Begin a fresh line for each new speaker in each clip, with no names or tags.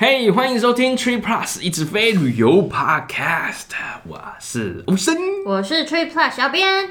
嘿欢迎收听 Tree Plus 一直飞旅游 Podcast，我是欧森。
我是 Tree Plus 小编。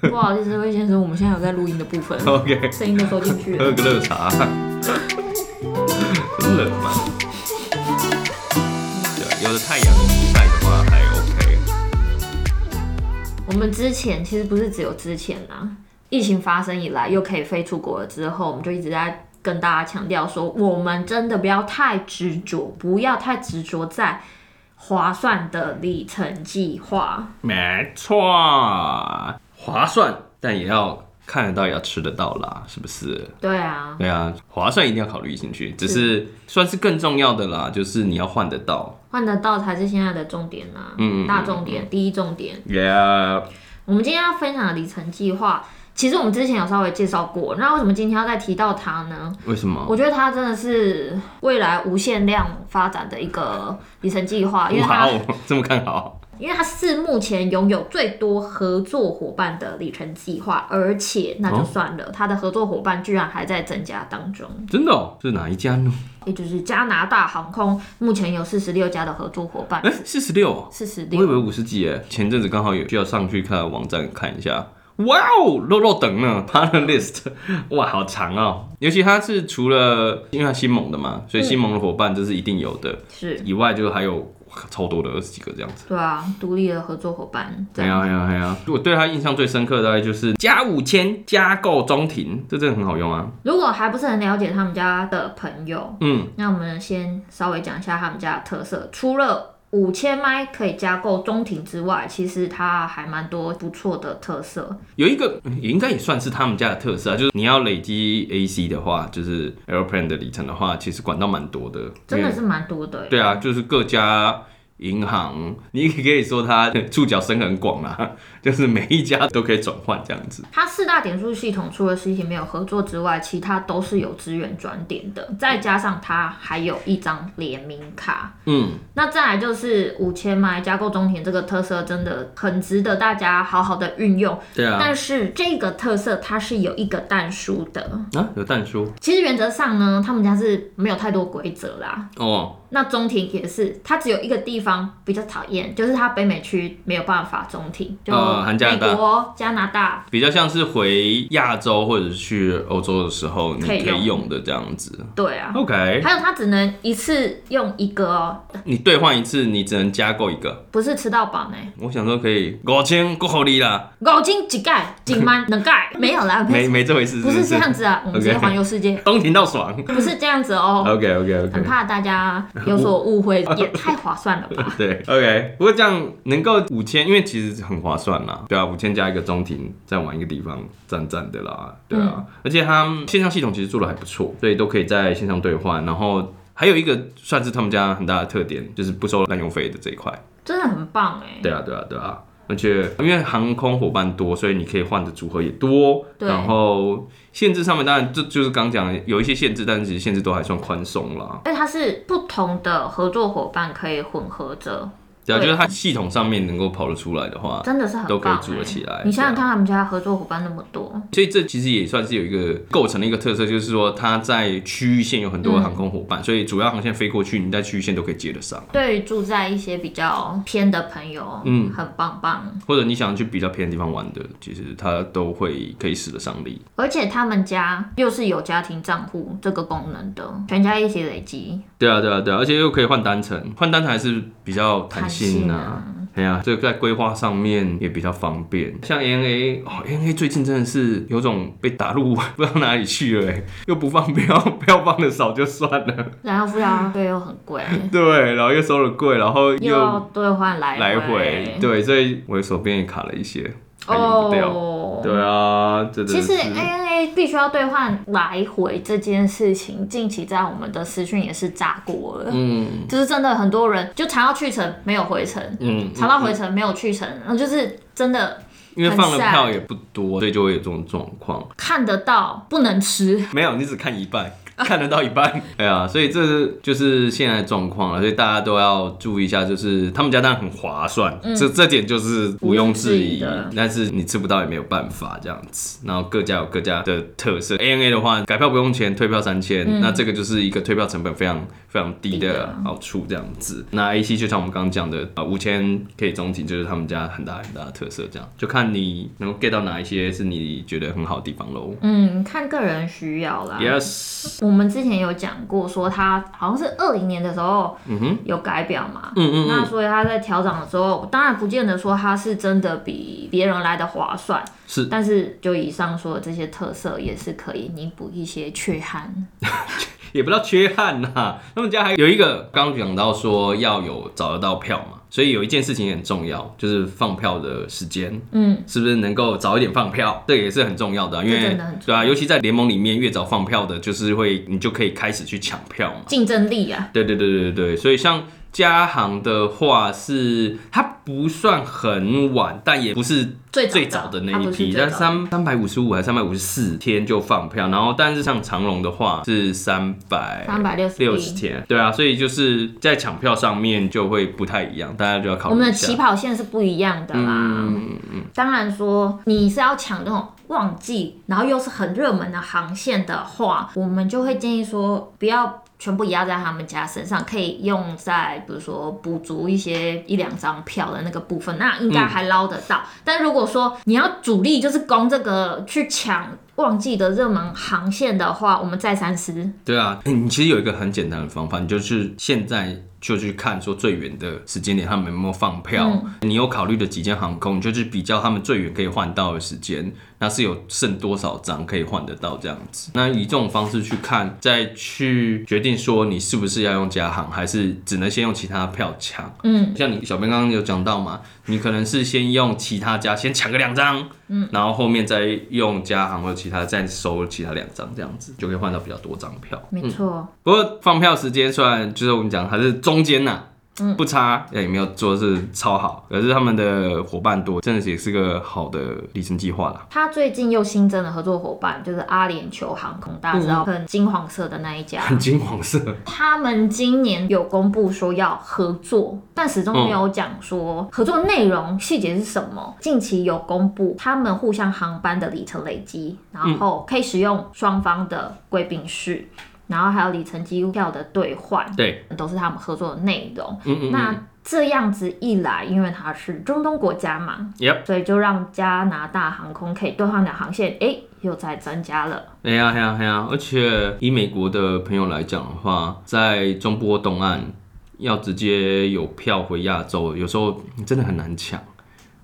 不好意思，魏先生，我们现在有在录音的部分，
OK，
声音都收进去
喝
了。
个热茶， 很冷嘛。对，有的太阳一晒的话还 OK。
我们之前其实不是只有之前啊，疫情发生以来又可以飞出国了之后，我们就一直在跟大家强调说，我们真的不要太执着，不要太执着在划算的里程计划。
没错，划算，但也要看得到，也要吃得到啦，是不是？
对啊，
对啊，划算一定要考虑进去，只是算是更重要的啦，就是你要换得到。
换得到才是现在的重点啊，
嗯嗯嗯
大重点，第一重点。
Yeah，
我们今天要分享的里程计划，其实我们之前有稍微介绍过，那为什么今天要再提到它呢？
为什么？
我觉得它真的是未来无限量发展的一个里程计划，因为
哇
它
哦，这么看好。
因为它是目前拥有最多合作伙伴的里程计划，而且那就算
哦
了，它的合作伙伴居然还在增加当中，
真的哦，是哪一家呢？
也就是加拿大航空目前有四十六家的合作伙伴
哎、，四十六，
啊四十
我以
六。
为五十几哎。前阵子刚好有需要上去看网站看一下。哇哦，肉肉等呢，Partner List，哇，好长哦。尤其它是除了因为它新盟的嘛，所以新盟的伙伴这是一定有的，
是，
以外就还有哇超多的二十几个这样子。
对啊，独立的合作伙伴，这
哎呀
样
哎呀哎呀！我对他印象最深刻的大概就是加五千加购中庭，这真的很好用啊。
如果还不是很了解他们家的朋友，
嗯，
那我们先稍微讲一下他们家的特色。除了五千麦可以加购中庭之外，其实它还蛮多不错的特色。
有一个嗯也应该也算是他们家的特色啊，就是你要累积 AC 的话，就是 Airplane 的里程的话，其实管道蛮多的，
真
因
的
为
是蛮多的耶。
对啊，就是各家银行，你也可以说它触角伸很广啊， 就是每一家都可以转换这样子。
它四大点数系统除了实体没有合作之外，其他都是有资源转点的。再加上它还有一张联名卡，
嗯，
那再来就是五千麦加购中庭这个特色，真的很值得大家好好的运用。
对啊，
但是这个特色它是有一个淡书的，
啊有蛋叔
其实原则上呢，他们家是没有太多规则啦。
哦，
那中庭也是，它只有一个地方比较讨厌，就是它北美区没有办法中庭，就
呃含加拿
美
大
国、加拿大。
比较像是回亚洲或者是去欧洲的时候你可
可以用
以用的这样子。
对啊，
OK，
还有它只能一次用一个哦，
你兑换一次，你只能加购一个。
不是吃到饱呢。
我想说可以五千够合理啦，
五斤几盖，几满能盖，没有啦，
没没这回事，
不
是
是这样子啊，我们直接
OK
环游世界，
东庭到爽。
不是这样子哦。
OK OK
很
OK，
怕大家有所误会，也太划算了吧？
对 OK。不过这样能够五千，因为其实很划算啦，对啊，五千加一个中庭，再玩一个地方，赞赞的啦，对啊。
嗯
而且他们线上系统其实做的还不错，所以都可以在线上兑换，然后。还有一个算是他们家很大的特点，就是不收滥用费的这一块。
真的很棒哎。
对啊，对啊，对啊。而且因为航空伙伴多，所以你可以换的组合也多。
对
然后限制上面当然就就是刚讲的有一些限制，但是其实限制都还算宽松啦。
而且它是不同的合作伙伴可以混合着，
对啊，
对
就是它系统上面能够跑得出来的话，
真的是很
啊
棒、欸，
都可以组得起来
你想想看，他们家合作伙伴那么多，
所以这其实也算是有一个构成的一个特色，就是说它在区域线有很多的航空伙
嗯
伴，所以主要航线飞过去，你在区域线都可以接得上。
对于住在一些比较偏的朋友，
嗯，
很棒棒。
或者你想去比较偏的地方玩的，其实它都会可以使得上力。
而且他们家又是有家庭账户这个功能的，全家一起累积，
对啊，对啊，对啊，而且又可以换单程，换单程还是比较弹性
弹性
啊
啊。
哎呀、所以在规划上面也比较方便。像 ANA 哦，ANA 最近真的是有种被打入不知道哪里去了欸，又不放 标，标放的少就算了，
然后付疗费又很贵，
对，然后 又收了贵，然后
又要兑换来
来回
回，，
对，所以我的手边也卡了一些，还用不掉。
哦。
对啊，真的
其
是。
实哎 ANA 必须要兑换来回这件事情，近期在我们的私讯也是炸锅了。
嗯
就是真的很多人就查到去程没有回程，
嗯，
查到回程没有去程，然后就是真的
因为
很
放的
散
票也不多，所以就会有这种状况。
看得到不能吃，
没有，你只看一半。看得到一半。 对啊，所以这是就是现在的状况了，所以大家都要注意一下，就是他们家当然很划算，这这点就是嗯毋庸置
毋庸置疑
疑
的。
但是你吃不到也没有办法这样子。然后各家有各家的特色，ANA 的话，改票不用钱，退票三千、那这个就是一个退票成本非常非常嗯低
低
的
的
好处这样子。那 AC 就像我们刚刚讲的，啊，五千可以中庭，就是他们家很大很大的特色，这样就看你能够 get 到哪一些是你觉得很好的地方喽。
嗯，看个人需要啦。
Yes，
我们之前有讲过，说他好像是二零年的时候
嗯哼，
有改表嘛，
嗯嗯
那
嗯，
所以他在调整的时候，当然不见得说他是真的比别人来的划算，
是
但是就以上说的这些特色也是可以弥补一些缺憾。
也不知道缺憾呐、 他们家还有一个，刚刚讲到说要有找得到票嘛，所以有一件事情也很重要，就是放票的时间。
嗯，
是不是能够早一点放票？这也是很重要的啊、因
这
为
真的很重要
对啊，尤其在联盟里面，越早放票的，就是会你就可以开始去抢票嘛。
竞争力啊，
对对对对对对，所以像嘉航的话是，它不算很晚，但也不是
最
最早的那一批，
但
但三三百五十五还是三百五十四天就放票，然后但是像长龙的话是三百
三百六十
六十
嗯
天，对啊，所以就是在抢票上面就会不太一样，大家就要考
我
虑
们
一
的
下嗯
起。跑线是不一样的啦。当然说你是要抢那种旺季，然后又是很热门的航线的话，我们就会建议说不要。全部压在他们家身上，可以用在比如说补足一些一两张票的那个部分，那应该还捞得到。但如果说你要主力就是攻这个去抢旺季的热门航线的话，我们再三思。
对啊、欸你其实有一个很简单的方法，你就是现在就去看说最远的时间点他们有没有放票，你有考虑的几间航空，你就去比较他们最远可以换到的时间，那是有剩多少张可以换得到这样子。那以这种方式去看，再去决定说你是不是要用加航，还是只能先用其他票抢。
嗯，
像你小编刚刚有讲到嘛，你可能是先用其他家先抢个两张，嗯，然后后面再用加航或者其他再收其他两张，这样子就可以换到比较多张票。
没错，
不过放票时间虽然就是我们讲还是中间呐、不差，也没有做是超好，可是他们的伙伴多，真的也是个好的里程计划啦。
他最近又新增了合作伙伴，就是阿联酋航空，大家知道很金黄色的那一家。
很金黄色，
他们今年有公布说要合作，但始终没有讲说合作内容细节是什么。近期有公布他们互相航班的里程累积，然后可以使用双方的贵宾室，然后还有里程机票的兑换。
对，
都是他们合作的内容。
嗯嗯嗯
那这样子一来，因为它是中东国家嘛
Yep
所以就让加拿大航空可以兑换的航线，哎、又再增加了。
哎呀哎呀哎呀！而且以美国的朋友来讲的话，在中波东岸要直接有票回亚洲，有时候真的很难抢。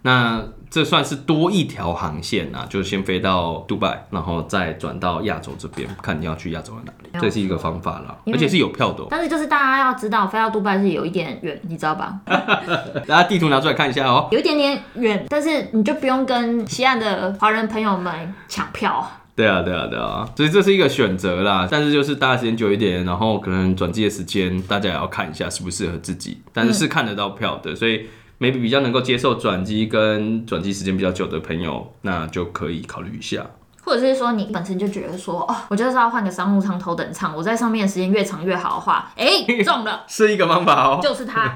那这算是多一条航线啊，就先飞到杜拜，然后再转到亚洲这边，看你要去亚洲的哪里，这是一个方法啦，
因
而
为
且是有票的、哦。
但是就是大家要知道，飞到杜拜是有一点远，你知道吧？
大家地图拿出来看一下哦。
有一点点远，但是你就不用跟西岸的华人朋友们抢票。
对啊，对啊，对啊，所以这是一个选择啦，但是就是大家时间久一点，然后可能转机的时间大家也要看一下适不适合自己，但是是看得到票的，所以 maybe 比较能够接受转机跟转机时间比较久的朋友，那就可以考虑一下。
或者是说你本身就觉得说，哦，我就是要换个商务舱头等舱，我在上面的时间越长越好的话，哎、 中了，
是一个方法哦，
就是它。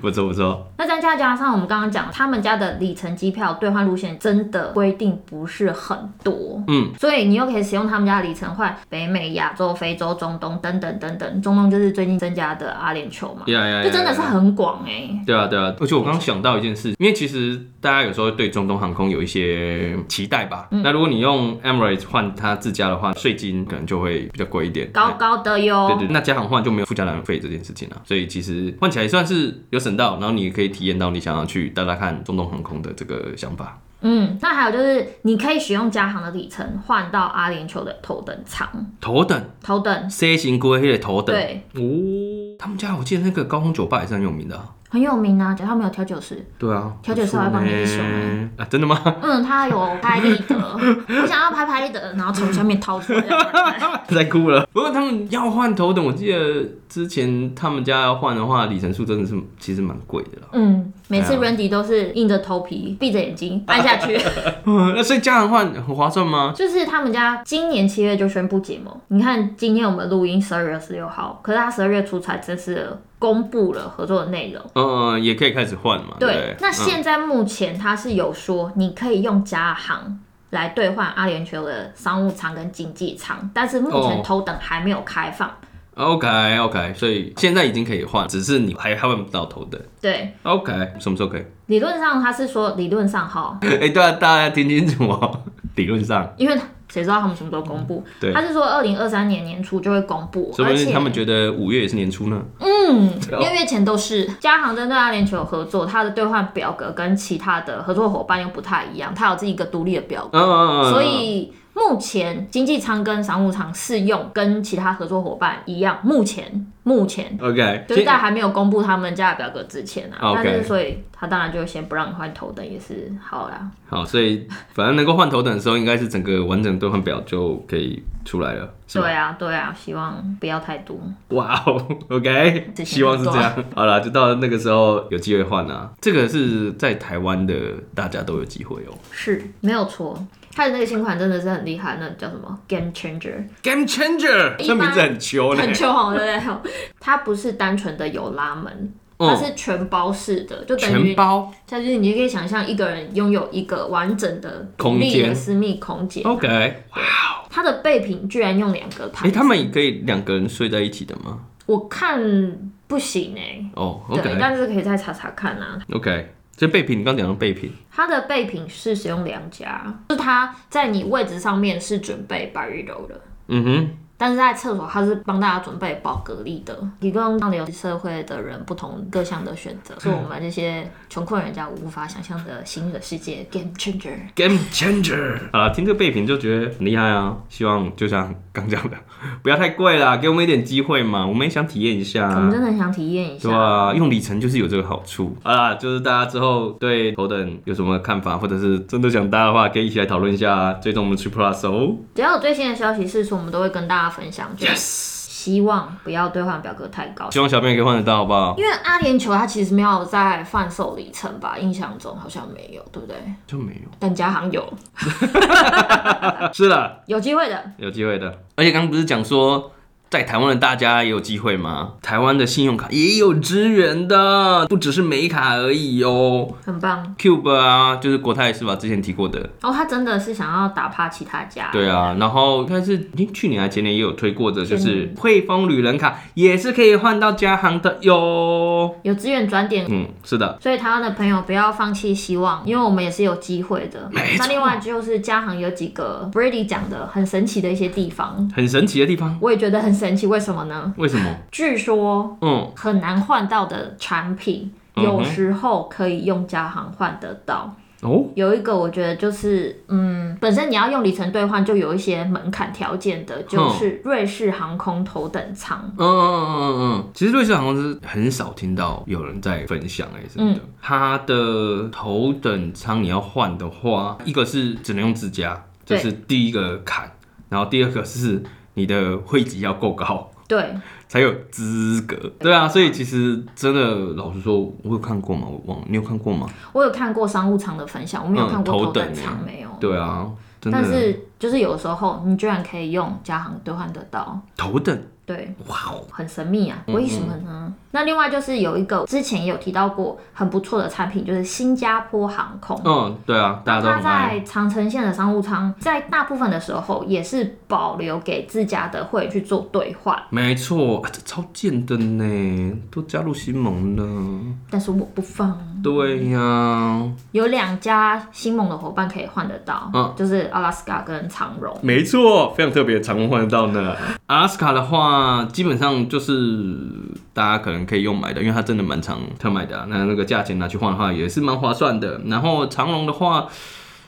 不错不错，
那再加加上我们刚刚讲，他们家的里程机票兑换路线真的规定不是很多，
嗯，
所以你又可以使用他们家的里程换北美、亚洲、非洲、中东等等等等，中东就是最近增加的阿联酋嘛，
呀呀，
这真的是很广哎、
对啊，对啊，而且我刚想到一件事，因为其实大家有时候对中东航空有一些期待吧。
嗯
那如果你用 Emirates 换它自家的话，税金可能就会比较贵一点，
高高的
对
哟。
对，对那加航换就没有附加燃费这件事情啊，所以其实换起来算是有省到，然后你也可以体验到你想要去搭搭看中东航空的这个想法。
嗯，那还有就是，你可以使用加航的里程换到阿联酋的头等舱，
头等
头等
C 型龟黑的头等，
对
哦，他们家我记得那个高空酒吧也是很有名的啊、
很有名啊，只要他们有调酒师，
对啊，
调酒师还会帮你一起修
呢啊，真的吗？
嗯，他有拍立得，我想要拍拍立得，然后从下面掏出来。
在哭了。不过他们要换头等，我记得之前他们家要换的话，里程数真的是其实蛮贵的啦。
嗯，每次
对
Randy 都是硬着头皮，闭着眼睛按下去。
嗯，那所以家人换很划算吗？
就是他们家今年七月就宣布结盟。你看，今天我们录音十二月十六号，可是他十二月初才正式公布了合作的内容。
嗯，也可以开始换嘛。对不
对
对，，
那
嗯
现在目前他是有说，你可以用加行来兑换阿联酋的商务舱跟经济舱，但是目
哦
前头等还没有开放。
OK OK，所以现在已经可以换，只是你还还换不到头等。
对，
OK，什么时候可以？
理论上他是说理论上哈，
哎、对啊，大家听清楚哦。理论上，
因为谁知道他们什么时候公布？
嗯对
他是说二零二三年年初就会公布，
说不
而
定
且
他们觉得哦五月也是年初呢。
嗯，六月前都是加航针对阿联酋有合作，它的兑换表格跟其他的合作伙伴又不太一样，它有自己一个独立的表格，
嗯嗯嗯。嗯
所以目前经济舱跟商务舱适用跟其他合作伙伴一样，目前目前。
OK，
就是在还没有公布他们家的表格之前啊
哦 OK
但是所以他当然就先不让你换头等也是好啦。
好，所以反正能够换头等的时候，应该是整个完整兑换表就可以出来了，是吧？
对啊，对啊，希望不要太多。
哇哦，OK，
这些
希望是
动
这
作
样。好了，就到那个时候有机会换啊。这个是在台湾的，大家都有机会哦。
是没有错，他的那个新款真的是很厉害，那叫什么 Game Changer，
Game Changer，
一般
这名字很秋呢。
很秋红对不对？它不是单纯的有拉门，它
嗯，
是全包式的，就等
全
于
包。
它就是你就可以想象一个人拥有一个完整的
空间
独立的私密空间。
OK，哎、
它的备品居然用两个牌子，
他们也可以两个人睡在一起的吗？
我看不行哎、
哦
对
，OK，OK。
但是可以再查查看啊。
所以备品，你刚讲到备品，
它的备品是使用梁夹，就是它在你位置上面是准备白玉柔的，
嗯哼，
但是在厕所，它是帮大家准备宝格丽的，提供让流社会的人不同各项的选
嗯
择，是我们这些穷困人家无法想象的新的世界 game changer。
Game Changer 啊，听这个备品就觉得很厉害啊！希望就像刚讲的， 不要太贵啦，给我们一点机会嘛，我们也想体验一下、
我们真的很想体验一
啊对
下。
啊，用里程就是有这个好处啊！就是大家之后对头等有什么看法，或者是真的想搭的话，可以一起来讨论一下啊。追踪我们去 Plus 哦。
只要有最新的消息是说，我们都会跟大家分享。就
Yes，
希望不要兑换表格太高，
希望小编也可以换得到，好不好？
因为阿联酋它其实没有在贩售里程吧，印象中好像没有，对不对？
就没有
但加航有，
啊，是啦，
有机会的。
有机会的。而且刚刚不是讲说，在台湾的大家也有机会吗？台湾的信用卡也有支援的，不只是美卡而已哦。
很棒
Cube 啊，就是国泰是吧？之前提过的，
哦，他真的是想要打趴其他家，
对啊，然后但是诶去年还前年也有推过的，就
前
是
年
汇丰旅人卡也是可以换到加航的哟。
有资源转点
嗯，是的，
所以台湾的朋友不要放弃希望，因为我们也是有机会的。
没错
那另外就是嘉航有几个 Brady 讲的很神奇的一些地方，
很神奇的地方，
我也觉得很神奇。为什么呢？
为什么？
据说
嗯，
很难换到的产品，
嗯哼
有时候可以用嘉航换得到。
哦，
有一个我觉得就是，嗯，本身你要用里程兑换，就有一些门槛条件的，就是瑞士航空头等舱。
嗯嗯嗯嗯嗯，其实瑞士航空是很少听到有人在分享哎、
嗯
真的。它的头等舱你要换的话，一个是只能用自家，这
对
是第一个坎，然后第二个是你的会籍要够高。
对，
才有资格，对啊，所以其实真的，老实说，我有看过吗？我忘了，你有看过吗？
我有看过商务舱的分享，我没有
嗯
看过
头
头等
等欸
舱，没有。
对啊，真的，
但是就是有时候你居然可以用加行兑换得到，
头等，
对，
哇哦，嗯
很神秘啊，为什么呢？那另外就是有一个之前也有提到过很不错的产品，就是新加坡航空。
嗯，对啊，大家都
它
很爱，
在长城线的商务舱，在大部分的时候也是保留给自家的会员去做兑换，
没错、啊，这超贱的呢，都加入新盟了，
但是我不放。
对呀、
有两家新盟的伙伴可以换得到，
嗯
就是阿拉斯加跟长荣。
没错，非常特别，常温换得到呢。阿斯卡的话，基本上就是大家可能可以用买的，因为它真的蛮常特卖的、啊，那那个价钱拿去换的话也是蛮划算的。然后长隆的话，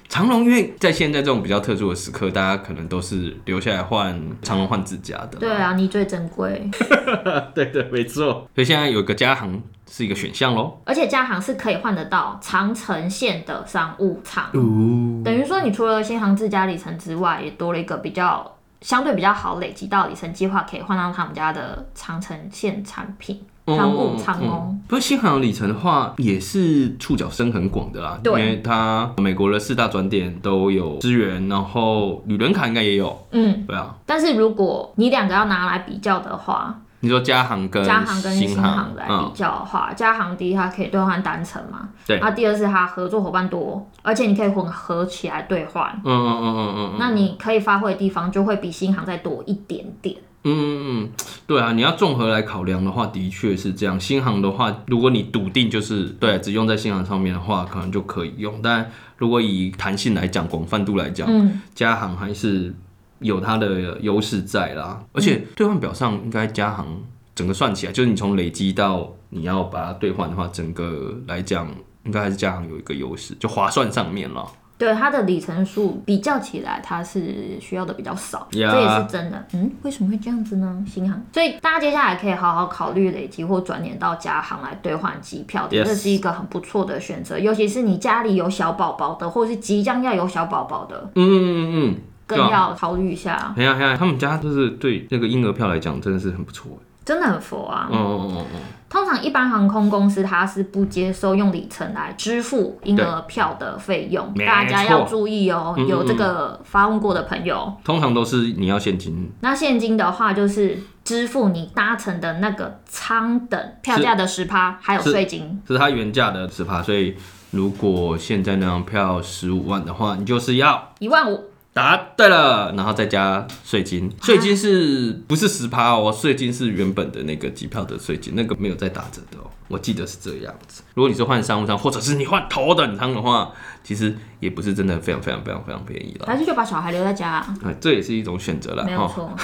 长隆因为在现在这种比较特殊的时刻，大家可能都是留下来换长 隆换自家的。
对啊，你最珍贵。
对对，没错。所以现在有个加行是一个选项喽。
而且加航是可以换得到长城线的商务舱，
哦，
等于说你除了新航自家里程之外，也多了一个比较相对比较好累积到里程计划，可以换到他们家的长城线产品。商务舱哦，
嗯不过新航里程的话，也是触角深很广的啦，因
对
为它美国的四大转点都有支援，然后旅轮卡应该也有，
嗯，
对啊。
但是如果你两个要拿来比较的话，
你说加航跟
加航嗯跟呃新
新航嗯
航，来比较的话，加航第一它可以兑换单程嘛，
对
然后第二是它合作伙伴多，而且你可以混合起来兑换，
嗯嗯嗯嗯嗯嗯，
那你可以发挥的地方就会比新航再多一点点。
嗯，嗯嗯，对啊，你要综合来考量的话，的确是啊这样。新航的话，如果你笃定就是对，只用在新航上面的话，可能就可以用。但如果以弹性来讲、广泛度来讲，
嗯，
加航还是有它的优势在啦。而且兑换表上应该加航整个算起来，就是你从累积到你要把它兑换的话，整个来讲应该还是加航有一个优势，就划算上面了。
对，它的里程数比较起来，它是需要的比较少
呀
这也是真的。嗯，为什么会这样子呢？新航，所以大家接下来可以好好考虑累积或转点到家航来兑换机票
Yes
这是一个很不错的选择，尤其是你家里有小宝宝的，或是即将要有小宝宝的，
嗯嗯嗯嗯，
更
对啊
要考虑一下，
哎呀哎呀，他们家就是对那个婴儿票来讲，真的是很不错。
真的很佛啊。
嗯嗯嗯嗯。
通常一般航空公司它是不接受用里程来支付婴儿票的费用，
没
大家
错
要注意哦，
嗯
有这
嗯
个发问过的朋友。
通常都是你要现金，
那现金的话，就是支付你搭乘的那个舱等票价的十趴，还有
是
税金。
这是它原价的十趴，所以如果现在那张票十五万的话，你就是要
一万五，
答对了，然后再加税金，税金是不是十趴哦？税金是原本的那个机票的税金，那个没有再打折的哦。我记得是这样子。如果你是换商务舱，或者是你换头等舱的话，其实也不是真的非常非常非常非常便宜了。
还是就把小孩留在家、啊，
哎，这也是一啊种选择啦。
没有
哈。
错。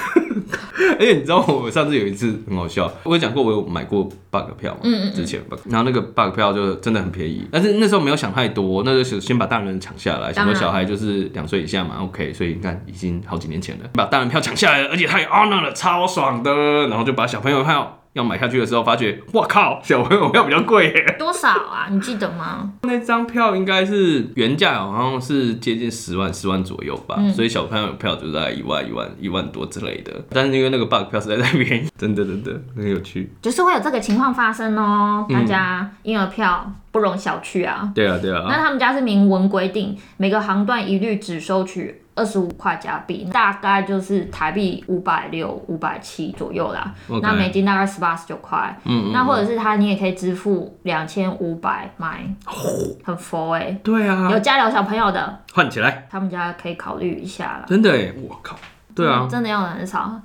而哎且你知道我上次有一次很好笑，我有讲过我有买过 bug 票嘛，嗯嗯之前 bug，然后那个 bug 票就真的很便宜，但是那时候没有想太多，那就是先把大人抢下来，想
当然
说小孩就是两岁以下嘛，OK，所以你看已经好几年前了，把大人票抢下来了，而且他也 honor 了，超爽的，然后就把小朋友票。要买下去的时候，发觉哇靠，小朋友票比较贵耶。
多少啊？你记得吗？
那张票应该是原价好像是接近十万，十万左右吧，
嗯
所以小朋友票就在一万、一万、一万多之类的。但是因为那个 bug 票实在太便宜， 真的真的很有趣。
就是会有这个情况发生哦，
嗯
大家婴儿票不容小觑啊。
对啊，对
那
啊，
他们家是明文规定，每个航段一律只收取二十五块加币，大概就是台币五百六、五百七左右啦。
OK
那美金大概十八、十九块。
嗯
那或者是他，你也可以支付两千五百买，很佛哎、
对啊，
有家里有小朋友的，
换起来，
他们家可以考虑一下啦。
真的哎，我靠，对啊，
嗯真的要人很少。
我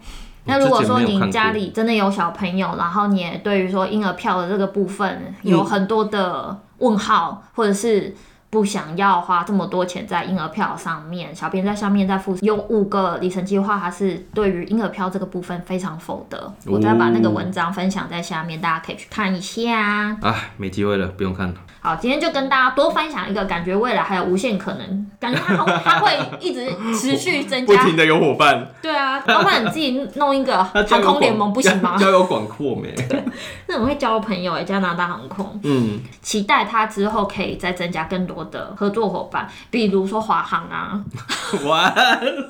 那如果
之前
说
没有看
你
过
家里真的有小朋友，然后你也对于说婴儿票的这个部分有很多
嗯
的问号，或者是不想要花这么多钱在婴儿票上面，小编在下面再附有五个里程计划，它是对于婴儿票这个部分非常否
哦
的。我再把那个文章分享在下面，大家可以去看一下。
哎，没机会了，不用看了。
好，今天就跟大家多分享一个，感觉未来还有无限可能，感觉它会它会一直持续增加。
的有伙伴，
对啊，要不然你自己弄一个
那
航空联盟不行 吗？
交友广阔没？
那很会交朋友哎、加拿大航空，
嗯，
期待它之后可以再增加更多的合作伙伴，比如说华航啊，
完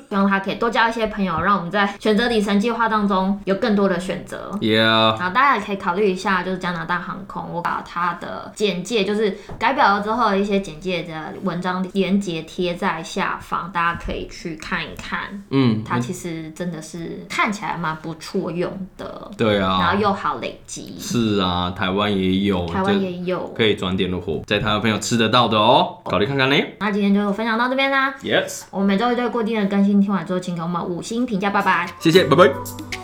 希望它可以多交一些朋友，让我们在选择里程计划当中有更多的选择。
，Yeah，
然后大家也可以考虑一下，就是加拿大航空，我把它的简介，就是改表了之后的一些简介的文章连接贴在下方，大家可以去看一看。
嗯，
它其实真的是看起来蛮不错用的，
对
然后
啊，
又好累积，
是啊，台湾也有，
台湾也有
这。可以转点的火，在台湾朋友吃得到的哦，考虑看看呢。
那今天就分享到这边啦，
Yes，
我们每周一对固定的更新，听完之后请给我们五星评价，拜拜。
谢谢，拜拜。